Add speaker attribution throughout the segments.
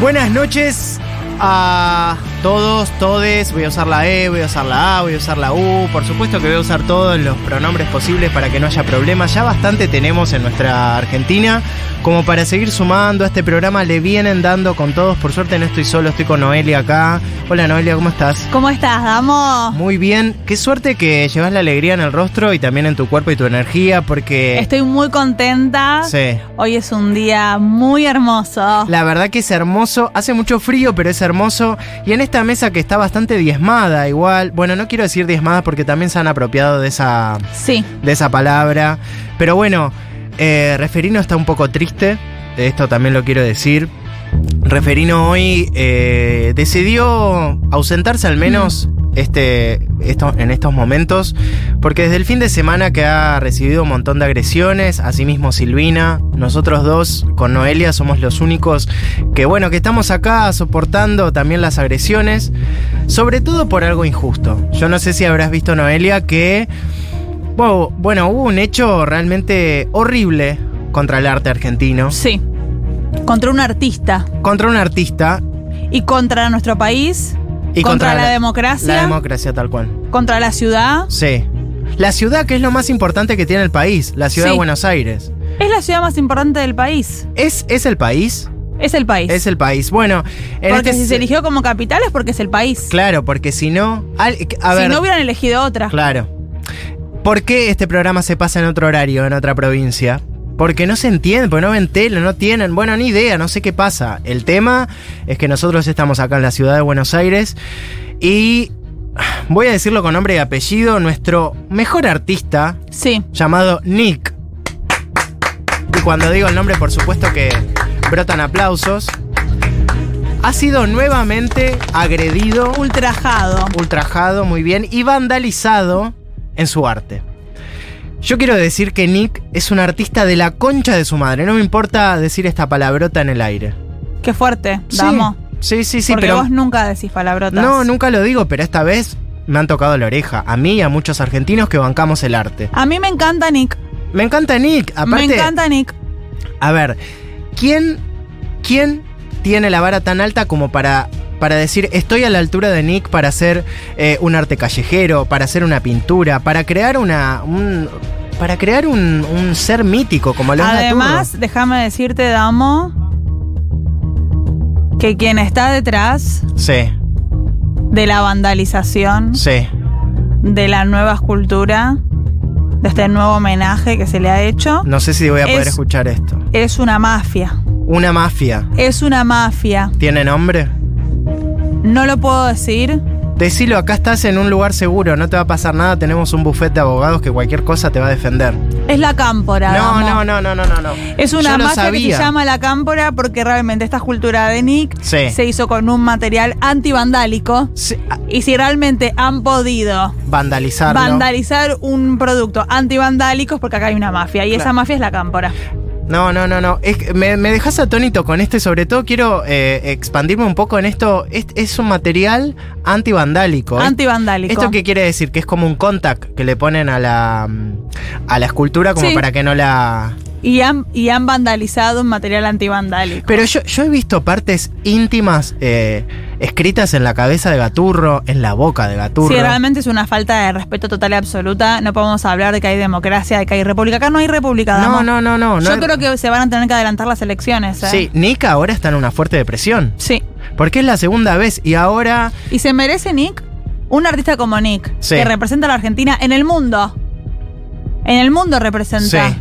Speaker 1: Buenas noches a todos, todes. Voy a usar la E, voy a usar la A, voy a usar la U. Por supuesto que voy a usar todos los pronombres posibles para que no haya problemas. Ya bastante tenemos en nuestra Argentina. Como para seguir sumando a este programa, le vienen dando con todos. Por suerte no estoy solo, estoy con Noelia acá. Hola Noelia, ¿cómo estás?
Speaker 2: ¿Cómo estás, Damo?
Speaker 1: Muy bien, qué suerte que llevas la alegría en el rostro y también en tu cuerpo y tu energía, porque
Speaker 2: Estoy muy contenta.
Speaker 1: Eh, Sí.
Speaker 2: Hoy es un día muy hermoso.
Speaker 1: La verdad que es hermoso. Hace mucho frío, pero es hermoso. Y en esta mesa que está bastante diezmada, igual. Bueno, no quiero decir diezmada porque también se han apropiado de esa,
Speaker 2: Sí,
Speaker 1: de esa palabra. Pero bueno, eh, Referino está un poco triste. Esto también lo quiero decir. Referino hoy eh, decidió ausentarse al menos este, esto- en estos momentos, porque desde el fin de semana que ha recibido un montón de agresiones, asimismo Silvina, nosotros dos con Noelia somos los únicos que bueno, que estamos acá soportando también las agresiones, sobre todo por algo injusto. Yo no sé si habrás visto Noelia que bueno, bueno, hubo un hecho realmente horrible contra el arte argentino,
Speaker 2: sí. Contra un artista
Speaker 1: contra un artista
Speaker 2: y contra nuestro país,
Speaker 1: y
Speaker 2: contra,
Speaker 1: contra, la
Speaker 2: la, democracia,
Speaker 1: democracia tal cual.
Speaker 2: contra la ciudad.
Speaker 1: Sí. La ciudad que es lo más importante que tiene el país, la ciudad
Speaker 2: Sí.
Speaker 1: de Buenos Aires.
Speaker 2: Es la ciudad más importante del país.
Speaker 1: ¿Es, es el país?
Speaker 2: Es el país.
Speaker 1: Es el país. Bueno, en
Speaker 2: porque
Speaker 1: este
Speaker 2: si
Speaker 1: se-
Speaker 2: se eligió como capital es porque es el país.
Speaker 1: Claro, porque si no. al- A
Speaker 2: si
Speaker 1: ver.
Speaker 2: no hubieran elegido otra.
Speaker 1: Claro. ¿Por qué este programa se pasa en otro horario, en otra provincia? Porque no se entiende, porque no ven tele, no tienen, bueno, ni idea, no sé qué pasa. El tema es que nosotros estamos acá en la ciudad de Buenos Aires y voy a decirlo con nombre y apellido, nuestro mejor artista,
Speaker 2: Sí.
Speaker 1: llamado Nick. Y cuando digo el nombre, por supuesto que brotan aplausos. Ha sido nuevamente agredido
Speaker 2: Ultrajado.
Speaker 1: ultrajado muy bien y vandalizado en su arte. Yo quiero decir que Nick es un artista de la concha de su madre. No me importa decir esta palabrota en el aire.
Speaker 2: Qué fuerte, Damo.
Speaker 1: Sí, sí, sí,
Speaker 2: porque
Speaker 1: pero.
Speaker 2: vos nunca decís palabrotas.
Speaker 1: No, nunca lo digo, pero esta vez me han tocado la oreja. A mí y a muchos argentinos que bancamos el arte.
Speaker 2: A mí me encanta Nick.
Speaker 1: Me encanta Nick. Aparte,
Speaker 2: Me encanta Nick.
Speaker 1: a ver, ¿quién, ¿quién tiene la vara tan alta como para, para decir estoy a la altura de Nick para hacer eh, un arte callejero, para hacer una pintura, para crear una. un- para crear un, un ser mítico como lo es Naturro?
Speaker 2: Además, déjame decirte, Damo, que quien está detrás
Speaker 1: Sí,
Speaker 2: de la vandalización,
Speaker 1: sí.
Speaker 2: de la nueva escultura, de este nuevo homenaje que se le ha hecho,
Speaker 1: No sé si voy a poder
Speaker 2: Es-
Speaker 1: escuchar esto.
Speaker 2: es una mafia.
Speaker 1: Una mafia.
Speaker 2: Es una mafia.
Speaker 1: ¿Tiene nombre?
Speaker 2: No lo puedo decir.
Speaker 1: Decilo, acá estás en un lugar seguro, no te va a pasar nada, tenemos un buffet de abogados que cualquier cosa te va a defender.
Speaker 2: Es la cámpora.
Speaker 1: No,
Speaker 2: Damo.
Speaker 1: no, no, no, no, no, no.
Speaker 2: Es una
Speaker 1: Yo lo
Speaker 2: mafia que se
Speaker 1: sabía.
Speaker 2: llama la cámpora porque realmente esta escultura de Nick
Speaker 1: Sí.
Speaker 2: se hizo con un material antivandálico.
Speaker 1: Sí,
Speaker 2: Y si realmente han podido
Speaker 1: vandalizarlo.
Speaker 2: vandalizar un producto antivandálico es porque acá hay una mafia y esa mafia es la cámpora.
Speaker 1: No, no, no, no. Es que me, me dejas atónito con este. Sobre todo quiero eh, expandirme un poco en esto. Es, es un material antivandálico. ¿eh?
Speaker 2: Antivandálico.
Speaker 1: ¿Esto qué quiere decir? Que es como un contact que le ponen a la, mm, a la escultura como
Speaker 2: Sí.
Speaker 1: para que no la...
Speaker 2: y, han, y han vandalizado un material antivandálico.
Speaker 1: Pero yo, yo he visto partes íntimas eh, escritas en la cabeza de Gaturro, en la boca de Gaturro.
Speaker 2: Sí, realmente es una falta de respeto total y absoluta. No podemos hablar de que hay democracia, de que hay república. Acá no hay república,
Speaker 1: no,
Speaker 2: dama.
Speaker 1: no, no, no.
Speaker 2: Yo
Speaker 1: no-
Speaker 2: creo que se van a tener que adelantar las elecciones. ¿eh?
Speaker 1: Sí, Nick ahora está en una fuerte depresión.
Speaker 2: Sí.
Speaker 1: Porque es la segunda vez y ahora...
Speaker 2: ¿Y se merece Nick? Un artista como Nick,
Speaker 1: Sí.
Speaker 2: que representa a la Argentina en el mundo. En el mundo representa
Speaker 1: Sí.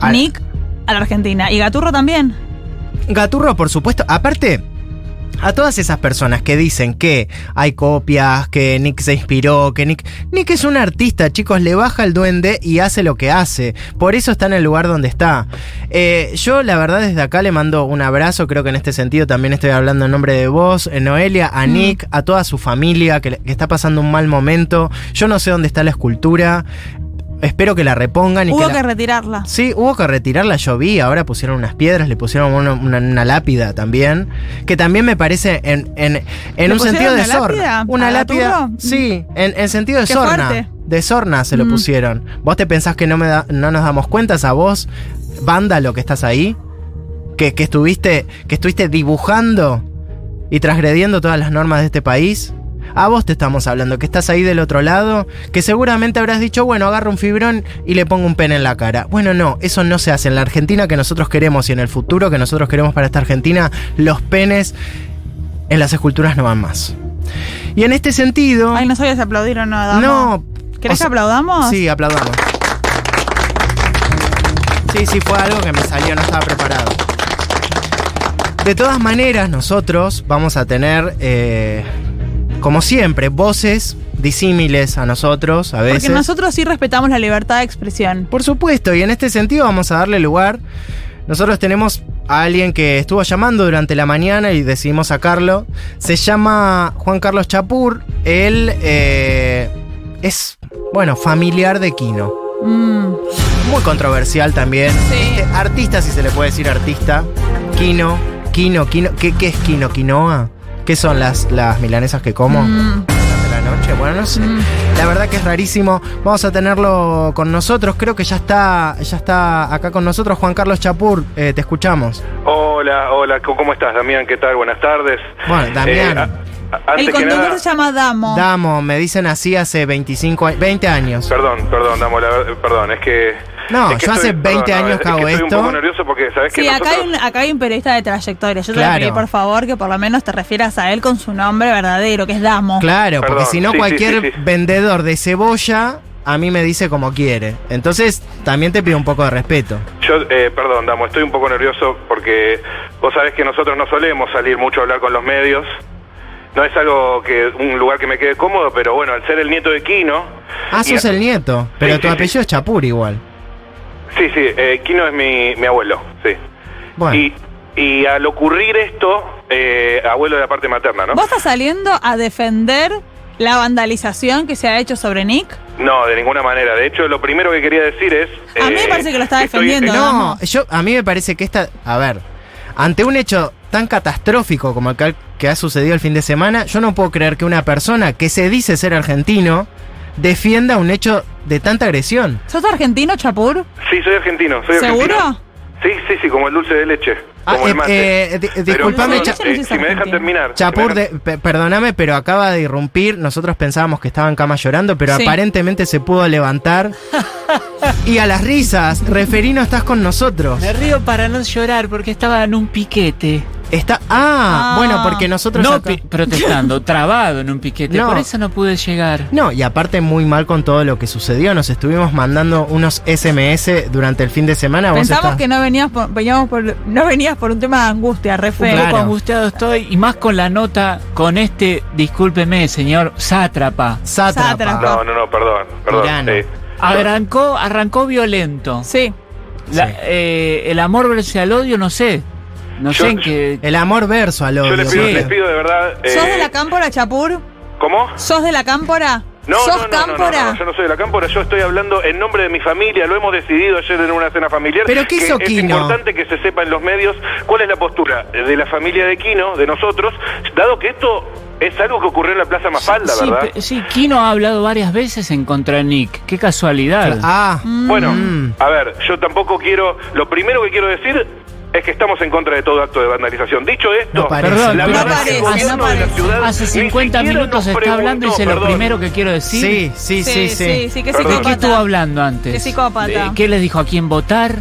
Speaker 1: Al-
Speaker 2: Nick a la Argentina. Y Gaturro también.
Speaker 1: Gaturro, por supuesto. Aparte, a todas esas personas que dicen que hay copias, que Nick se inspiró, que Nick. Nick es un artista, chicos, le baja el duende y hace lo que hace. Por eso está en el lugar donde está. Eh, yo, la verdad, desde acá le mando un abrazo. Creo que en este sentido también estoy hablando en nombre de vos, eh, Noelia, a
Speaker 2: Mm.
Speaker 1: Nick, a toda su familia que, le- que está pasando un mal momento. Yo no sé dónde está la escultura. Espero que la repongan y
Speaker 2: Hubo
Speaker 1: que la-
Speaker 2: que retirarla.
Speaker 1: Sí, hubo que retirarla, yo vi, ahora pusieron unas piedras, le pusieron una, una- una lápida también, que también me parece en, en, en
Speaker 2: ¿Le
Speaker 1: un sentido
Speaker 2: pusieron
Speaker 1: de
Speaker 2: una
Speaker 1: sorna.
Speaker 2: lápida
Speaker 1: Una
Speaker 2: a
Speaker 1: lápida.
Speaker 2: Gattuso?
Speaker 1: Sí, en, en sentido de
Speaker 2: Qué
Speaker 1: sorna.
Speaker 2: fuerte.
Speaker 1: De sorna se lo
Speaker 2: Mm.
Speaker 1: pusieron. ¿Vos te pensás que no, me da- no nos damos cuenta a vos, vándalo que estás ahí? que, que estuviste, que estuviste dibujando y transgrediendo todas las normas de este país. A vos te estamos hablando, que estás ahí del otro lado, que seguramente habrás dicho, bueno, agarro un fibrón y le pongo un pen en la cara. Bueno, no, eso no se hace. En la Argentina que nosotros queremos y en el futuro que nosotros queremos para esta Argentina, los penes en las esculturas no van más. Y en este sentido...
Speaker 2: Ay, no sabías aplaudir o no, Adamo.
Speaker 1: no, o
Speaker 2: ¿Querés
Speaker 1: sea,
Speaker 2: que aplaudamos?
Speaker 1: sí, aplaudamos. Sí, sí, fue algo que me salió, no estaba preparado. De todas maneras, nosotros vamos a tener, eh, como siempre, voces disímiles a nosotros, a
Speaker 2: Porque
Speaker 1: veces.
Speaker 2: nosotros sí respetamos la libertad de expresión.
Speaker 1: Por supuesto, y en este sentido vamos a darle lugar. Nosotros tenemos a alguien que estuvo llamando durante la mañana y decidimos sacarlo. Se llama Juan Carlos Chapur. Él eh, es, bueno, familiar de Quino.
Speaker 2: Mm.
Speaker 1: Muy controversial también.
Speaker 2: Sí.
Speaker 1: Este, artista, si se le puede decir artista. Quino, Quino, Quino. ¿Qué, qué es Quino? ¿Quinoa? ¿Qué son las, las milanesas que como
Speaker 2: Mm,
Speaker 1: durante la noche? Bueno, no sé.
Speaker 2: mm.
Speaker 1: La verdad que es rarísimo. Vamos a tenerlo con nosotros. Creo que ya está, ya está acá con nosotros Juan Carlos Chapur. Eh, te escuchamos.
Speaker 3: Hola, hola, ¿cómo cómo estás, Damián? ¿Qué tal? Buenas tardes.
Speaker 1: Bueno,
Speaker 3: Eh,
Speaker 1: Damián.
Speaker 3: a- a-
Speaker 2: El
Speaker 3: antes que
Speaker 2: conductor
Speaker 3: nada,
Speaker 2: se llama Damo.
Speaker 1: Damo, me dicen así hace 25, a- 20 años.
Speaker 3: perdón, perdón, Damo, la ver- perdón, es que...
Speaker 1: No,
Speaker 3: es que
Speaker 1: yo hace
Speaker 3: estoy-
Speaker 1: 20
Speaker 3: perdón, no,
Speaker 1: años
Speaker 3: es
Speaker 1: que hago
Speaker 3: que estoy
Speaker 1: esto.
Speaker 3: un poco nervioso porque, ¿sabes
Speaker 2: Sí,
Speaker 3: que
Speaker 2: acá hay,
Speaker 3: nosotros-
Speaker 2: un, acá hay un periodista de trayectoria. Yo te
Speaker 1: Claro.
Speaker 2: voy a pedir, por favor, que por lo menos te refieras a él con su nombre verdadero, que es Damo.
Speaker 1: Claro, porque
Speaker 3: Perdón,
Speaker 1: si no
Speaker 3: sí, sí,
Speaker 1: cualquier
Speaker 3: sí, sí.
Speaker 1: vendedor de cebolla a mí me dice como quiere. Entonces también te pido un poco de respeto.
Speaker 3: Yo, eh, perdón, Damo, estoy un poco nervioso porque vos sabés que nosotros no solemos salir mucho a hablar con los medios. No es algo que un lugar que me quede cómodo, pero bueno, al ser el nieto de Kino...
Speaker 1: Ah,
Speaker 3: y-
Speaker 1: sos el nieto, pero
Speaker 3: Sí,
Speaker 1: tu
Speaker 3: sí,
Speaker 1: apellido es Chapur igual.
Speaker 3: Sí, sí, eh, Kino es mi, mi abuelo, sí.
Speaker 1: Bueno,
Speaker 3: Y, y al ocurrir esto, eh, abuelo de la parte materna, ¿no?
Speaker 2: ¿Vos estás saliendo a defender la vandalización que se ha hecho sobre Nick?
Speaker 3: No, de ninguna manera. De hecho, lo primero que quería decir es... eh,
Speaker 2: A mí me parece que lo estaba
Speaker 3: estoy-
Speaker 2: defendiendo,
Speaker 3: eh,
Speaker 1: no,
Speaker 2: vamos.
Speaker 1: yo a mí me parece que esta, a ver, ante un hecho tan catastrófico como el que, que ha sucedido el fin de semana, yo no puedo creer que una persona que se dice ser argentino defienda un hecho de tanta agresión.
Speaker 2: ¿Sos argentino, Chapur?
Speaker 3: Sí, soy argentino, soy
Speaker 2: ¿Seguro?
Speaker 3: argentino. Sí, sí, sí, como el dulce de leche.
Speaker 1: Ah,
Speaker 3: como
Speaker 1: eh,
Speaker 3: el mate.
Speaker 1: eh, di-
Speaker 3: Pero,
Speaker 1: disculpame,
Speaker 3: eh,
Speaker 2: Cha-
Speaker 1: Cha-
Speaker 2: Leche no es
Speaker 3: si me dejan
Speaker 2: argentino.
Speaker 3: terminar. si
Speaker 1: Chapur,
Speaker 3: me dejan-
Speaker 1: de- pe- perdóname, pero acaba de irrumpir. Nosotros pensábamos que estaba en cama llorando, pero
Speaker 2: Sí.
Speaker 1: aparentemente se pudo levantar. y a las risas, referino, estás con nosotros.
Speaker 4: Me río para no llorar porque estaba en un piquete.
Speaker 1: Está. Ah,
Speaker 2: Ah.
Speaker 1: bueno, porque nosotros.
Speaker 4: No
Speaker 1: acá-
Speaker 4: pi- protestando, trabado en un piquete.
Speaker 1: No.
Speaker 4: Por eso no pude llegar.
Speaker 1: No, y aparte muy mal con todo lo que sucedió. Nos estuvimos mandando unos SMS durante el fin de semana. Vos
Speaker 2: Pensamos
Speaker 1: estás-
Speaker 2: que no venías por, veníamos por- no venías por un tema de angustia, re
Speaker 4: Un
Speaker 2: feo.
Speaker 1: Claro.
Speaker 4: poco angustiado estoy y más con la nota, con este, discúlpeme, señor, sátrapa.
Speaker 1: Sátrapa.
Speaker 2: Sátrapa.
Speaker 3: No, no, no, perdón. perdón eh.
Speaker 1: Tirano.
Speaker 3: sí.
Speaker 4: Arrancó, arrancó violento.
Speaker 2: Sí.
Speaker 4: La-
Speaker 1: Sí.
Speaker 4: eh, el amor versus el odio, no sé. No
Speaker 3: Yo-
Speaker 4: sé en qué.
Speaker 1: El amor verso al
Speaker 3: Yo
Speaker 1: odio.
Speaker 3: les pido,
Speaker 4: Sí.
Speaker 3: les pido de verdad... eh,
Speaker 2: ¿Sos de la cámpora, Chapur?
Speaker 3: ¿Cómo?
Speaker 2: ¿Sos de la cámpora?
Speaker 3: No,
Speaker 2: ¿Sos
Speaker 3: no, no, no, no,
Speaker 2: cámpora?
Speaker 3: no, yo no soy de la cámpora, yo estoy hablando en nombre de mi familia, lo hemos decidido ayer en una cena familiar.
Speaker 1: ¿Pero qué
Speaker 3: que
Speaker 1: hizo
Speaker 3: Es
Speaker 1: Quino?
Speaker 3: importante que se sepa en los medios cuál es la postura de la familia de Quino, de nosotros, dado que esto es algo que ocurrió en la Plaza Mafalda,
Speaker 4: sí,
Speaker 3: ¿verdad?
Speaker 4: pe- sí, Kino ha hablado varias veces en contra de Nick. Qué casualidad.
Speaker 1: Ah,
Speaker 3: Bueno,
Speaker 1: Mm.
Speaker 3: a ver, yo tampoco quiero, lo primero que quiero decir es que estamos en contra de todo acto de vandalización. Dicho esto,
Speaker 1: No parece.
Speaker 4: Perdón,
Speaker 3: la
Speaker 4: no
Speaker 3: verdad
Speaker 2: parece,
Speaker 3: es que el
Speaker 2: no
Speaker 3: gobierno de la
Speaker 2: parece.
Speaker 3: ciudad
Speaker 4: Hace
Speaker 3: ni
Speaker 4: 50
Speaker 3: siquiera
Speaker 4: minutos
Speaker 3: nos
Speaker 4: está hablando y
Speaker 3: preguntó,
Speaker 4: sé lo
Speaker 3: perdón.
Speaker 4: primero que quiero decir.
Speaker 1: sí, sí, sí, sí.
Speaker 2: sí, sí, que
Speaker 3: Perdón.
Speaker 4: ¿De qué
Speaker 2: psicópata.
Speaker 4: estuvo hablando antes?
Speaker 2: Qué psicópata.
Speaker 4: ¿De ¿Qué les dijo a quién votar?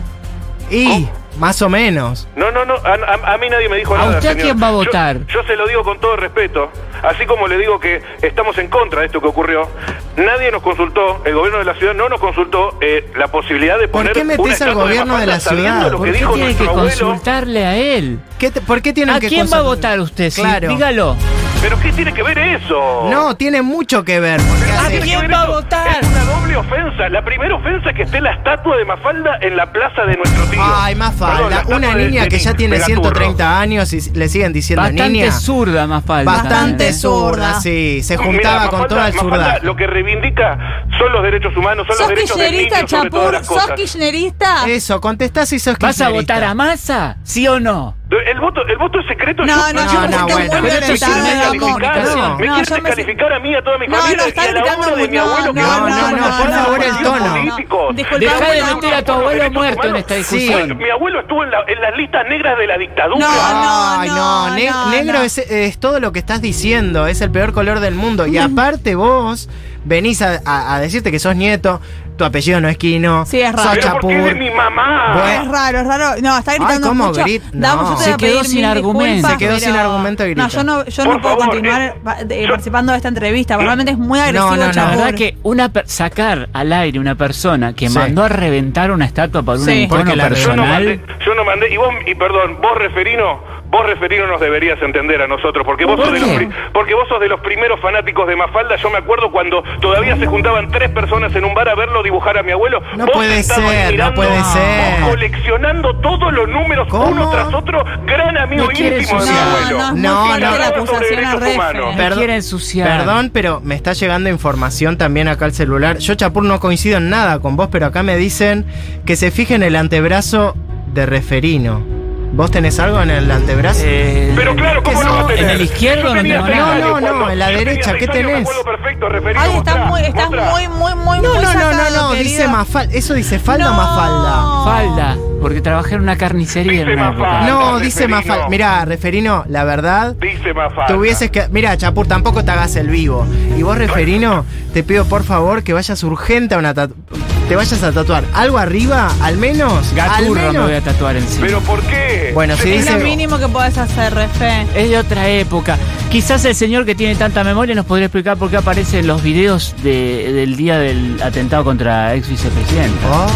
Speaker 1: Y
Speaker 4: Oh.
Speaker 1: más o menos.
Speaker 3: No, no, no, a, a- a mí nadie me dijo
Speaker 4: ¿A
Speaker 3: nada.
Speaker 4: usted
Speaker 3: señor.
Speaker 4: quién va a
Speaker 3: Yo-
Speaker 4: votar?
Speaker 3: Yo, se lo digo con todo respeto, así como le digo que estamos en contra de esto que ocurrió. Nadie nos consultó, el gobierno de la ciudad no nos consultó eh, la posibilidad de
Speaker 1: ¿Por
Speaker 3: poner.
Speaker 1: qué metés
Speaker 3: una
Speaker 1: al
Speaker 3: estatua
Speaker 1: gobierno de la
Speaker 3: Mafalda sabiendo
Speaker 1: ciudad?
Speaker 3: lo
Speaker 4: ¿Por
Speaker 3: que
Speaker 4: qué
Speaker 3: dijo
Speaker 4: tiene que
Speaker 3: nuestro abuelo?
Speaker 4: consultarle a él?
Speaker 1: ¿Qué te- ¿Por qué tienen
Speaker 4: ¿A
Speaker 1: que
Speaker 4: quién va a
Speaker 1: consultar?
Speaker 4: votar usted? sí?
Speaker 1: Claro.
Speaker 4: Dígalo.
Speaker 3: ¿Pero qué tiene que ver eso?
Speaker 1: No, tiene mucho que ver. porque
Speaker 3: ¿Qué
Speaker 4: ¿A
Speaker 1: hace-
Speaker 3: Oh. Ah, tiene que
Speaker 4: quién
Speaker 3: ver
Speaker 4: va a
Speaker 3: eso?
Speaker 4: votar?
Speaker 3: Es una doble ofensa. La primera ofensa es que esté la estatua de Mafalda en la plaza de nuestro tío.
Speaker 1: Ay, más
Speaker 3: Perdón, la
Speaker 1: falda.
Speaker 3: estatua
Speaker 1: Una
Speaker 3: de-
Speaker 1: niña
Speaker 3: de
Speaker 1: que ya
Speaker 3: Nick
Speaker 1: tiene
Speaker 3: Pegaturro.
Speaker 1: 130 años y le siguen diciendo
Speaker 4: Bastante
Speaker 1: niña.
Speaker 4: zurda más falta.
Speaker 1: Bastante
Speaker 4: también, ¿eh?
Speaker 1: zurda, sí. Se juntaba
Speaker 3: Mira,
Speaker 1: con
Speaker 3: Mafalda-
Speaker 1: todo el
Speaker 3: Mafalda
Speaker 1: zurdaje.
Speaker 3: Lo que reivindica son los derechos humanos, son
Speaker 2: ¿Sos
Speaker 3: los derechos del niño,
Speaker 2: kirchnerista,
Speaker 3: sobre todas
Speaker 2: Chapur?
Speaker 3: las
Speaker 2: ¿Sos
Speaker 3: cosas.
Speaker 2: kirchnerista?
Speaker 1: Eso, contestá si sos
Speaker 4: ¿Vas a
Speaker 1: kirchnerista.
Speaker 4: votar a Massa? ¿Sí o no?
Speaker 3: El voto, el voto es secreto.
Speaker 2: No,
Speaker 3: yo-
Speaker 2: no,
Speaker 1: no, no,
Speaker 2: yo nunca
Speaker 1: bueno.
Speaker 2: vuelvo a
Speaker 1: Pero eso es
Speaker 2: tratar
Speaker 1: un
Speaker 2: de
Speaker 1: medio de
Speaker 2: comunicar.
Speaker 1: comunicación.
Speaker 3: Me
Speaker 2: No,
Speaker 3: quieren
Speaker 2: yo me-
Speaker 3: descalificar a mí, a toda mi
Speaker 2: No,
Speaker 3: familia
Speaker 2: no,
Speaker 3: y
Speaker 2: está
Speaker 3: a la
Speaker 2: gritando
Speaker 3: obra de mi
Speaker 2: no,
Speaker 3: abuelo que
Speaker 2: no,
Speaker 3: va a
Speaker 1: no,
Speaker 3: ser
Speaker 1: no,
Speaker 3: una
Speaker 1: por
Speaker 3: persona
Speaker 1: favor, el
Speaker 3: partidos
Speaker 1: tono.
Speaker 3: políticos.
Speaker 2: Disculpa,
Speaker 4: Deja de
Speaker 2: no, no,
Speaker 4: mentir a tu
Speaker 3: no, no,
Speaker 4: abuelo
Speaker 3: no, no,
Speaker 4: muerto en esta
Speaker 3: no,
Speaker 1: sí.
Speaker 4: discusión.
Speaker 1: tu-
Speaker 3: Mi abuelo estuvo en, la- en las listas negras de la dictadura.
Speaker 2: No, no,
Speaker 1: Ay,
Speaker 2: no,
Speaker 1: ne-
Speaker 2: no,
Speaker 1: negro
Speaker 2: no.
Speaker 1: Es, es todo lo que estás diciendo, es el peor color del mundo. Y aparte vos venís a, a- a decirte que sos nieto, tu apellido no es Quino,
Speaker 2: Sí, es raro.
Speaker 1: sos
Speaker 3: Pero ¿por qué de
Speaker 1: Chapur.
Speaker 3: mi mamá?
Speaker 1: Bueno,
Speaker 2: Es raro, es raro. No, está gritando
Speaker 1: cómo
Speaker 2: mucho.
Speaker 1: grita.
Speaker 2: Damos, yo te
Speaker 1: Se
Speaker 2: voy a pedir
Speaker 4: quedó sin
Speaker 2: mil
Speaker 4: argumento.
Speaker 2: disculpas,
Speaker 1: Se quedó
Speaker 2: pero-
Speaker 1: sin argumento y grita.
Speaker 2: No, yo no, yo
Speaker 3: Por
Speaker 2: no puedo
Speaker 3: favor,
Speaker 2: continuar
Speaker 3: eh,
Speaker 2: va- eh,
Speaker 3: yo-
Speaker 2: participando de esta entrevista. Realmente es muy agresivo,
Speaker 1: no, no,
Speaker 4: La
Speaker 2: Chapur.
Speaker 4: verdad que una per- sacar al aire una persona que
Speaker 1: Sí.
Speaker 4: mandó a reventar una estatua por un
Speaker 2: Sí.
Speaker 4: encono
Speaker 1: Porque la-
Speaker 3: Yo no
Speaker 4: personal.
Speaker 3: mandé, yo no mandé, y vos, y perdón, vos referino, vos referino nos deberías entender a nosotros, porque vos,
Speaker 4: ¿Por
Speaker 3: sos de los,
Speaker 4: qué?
Speaker 3: pri- porque vos sos de los primeros fanáticos de Mafalda, yo me acuerdo cuando todavía se juntaban tres personas en un bar a verlo dibujar a mi abuelo,
Speaker 1: No
Speaker 3: vos
Speaker 1: puede
Speaker 3: estabas
Speaker 1: ser, no
Speaker 3: mirando,
Speaker 1: puede
Speaker 3: vos
Speaker 1: ser.
Speaker 3: coleccionando todos los números
Speaker 1: ¿Cómo?
Speaker 3: uno tras otro, gran amigo
Speaker 4: No quiere
Speaker 3: íntimo de mi
Speaker 4: ensuciar.
Speaker 3: abuelo.
Speaker 2: No,
Speaker 1: No,
Speaker 2: no, es muy fuerte
Speaker 1: no.
Speaker 2: la
Speaker 3: Hablaba sobre
Speaker 2: acusación a
Speaker 3: derechos
Speaker 2: Refe.
Speaker 3: humanos.
Speaker 4: Me
Speaker 1: Perdón-
Speaker 4: quiere ensuciar.
Speaker 1: Perdón, pero me está llegando información también acá al celular. Yo, Chapur, no coincido en nada con vos, pero acá me dicen que se fijen el antebrazo de referino. ¿Vos tenés algo en el antebrazo?
Speaker 4: Eh,
Speaker 3: Pero claro, ¿cómo
Speaker 1: Que
Speaker 3: no
Speaker 1: no,
Speaker 3: va a tener?
Speaker 4: en el izquierdo
Speaker 3: Yo
Speaker 4: no
Speaker 3: tenía
Speaker 4: tengo
Speaker 3: seis
Speaker 4: nada.
Speaker 3: años
Speaker 1: No, no,
Speaker 3: cuando-
Speaker 1: en la
Speaker 3: yo tenía
Speaker 1: derecha,
Speaker 3: seis
Speaker 1: ¿qué
Speaker 3: años, me
Speaker 1: tenés?
Speaker 3: acuerdo perfecto, referino,
Speaker 2: Ay, estás
Speaker 3: mostrá,
Speaker 2: muy, estás
Speaker 3: mostrá.
Speaker 2: muy, muy, muy,
Speaker 1: No,
Speaker 2: muy
Speaker 1: no, no, no,
Speaker 2: sacado,
Speaker 1: no, dice
Speaker 2: querido.
Speaker 1: Mafalda. Eso dice falda
Speaker 2: No.
Speaker 1: Mafalda.
Speaker 4: Falda, porque trabajé en una carnicería en
Speaker 3: Dice
Speaker 4: una época.
Speaker 3: Mafalda.
Speaker 1: No,
Speaker 3: Falda,
Speaker 1: dice
Speaker 3: Referino.
Speaker 1: Mafalda. Mirá, referino, la verdad.
Speaker 3: Dice Mafalda.
Speaker 1: Tuvieses que. Mira, Chapur, tampoco te hagas el vivo. Y vos, referino, te pido por favor que vayas urgente a una tatu- Te vayas a tatuar algo arriba, al menos. al
Speaker 4: Gaturro me
Speaker 1: menos.
Speaker 4: voy a tatuar encima.
Speaker 3: ¿Pero por qué?
Speaker 1: Bueno,
Speaker 3: Se
Speaker 1: sí,
Speaker 2: Es
Speaker 1: dice-
Speaker 2: lo mínimo que podés hacer, Refe.
Speaker 4: Es de otra época. Quizás el señor que tiene tanta memoria nos podría explicar por qué aparecen los videos de- del día del atentado contra ex vicepresidente.
Speaker 1: Oh,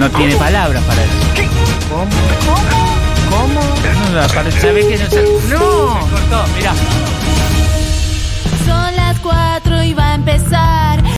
Speaker 4: No tiene palabras para eso.
Speaker 1: ¿Cómo? ¿Cómo?
Speaker 4: No, no, apare- ¿sabés que no se-
Speaker 1: No,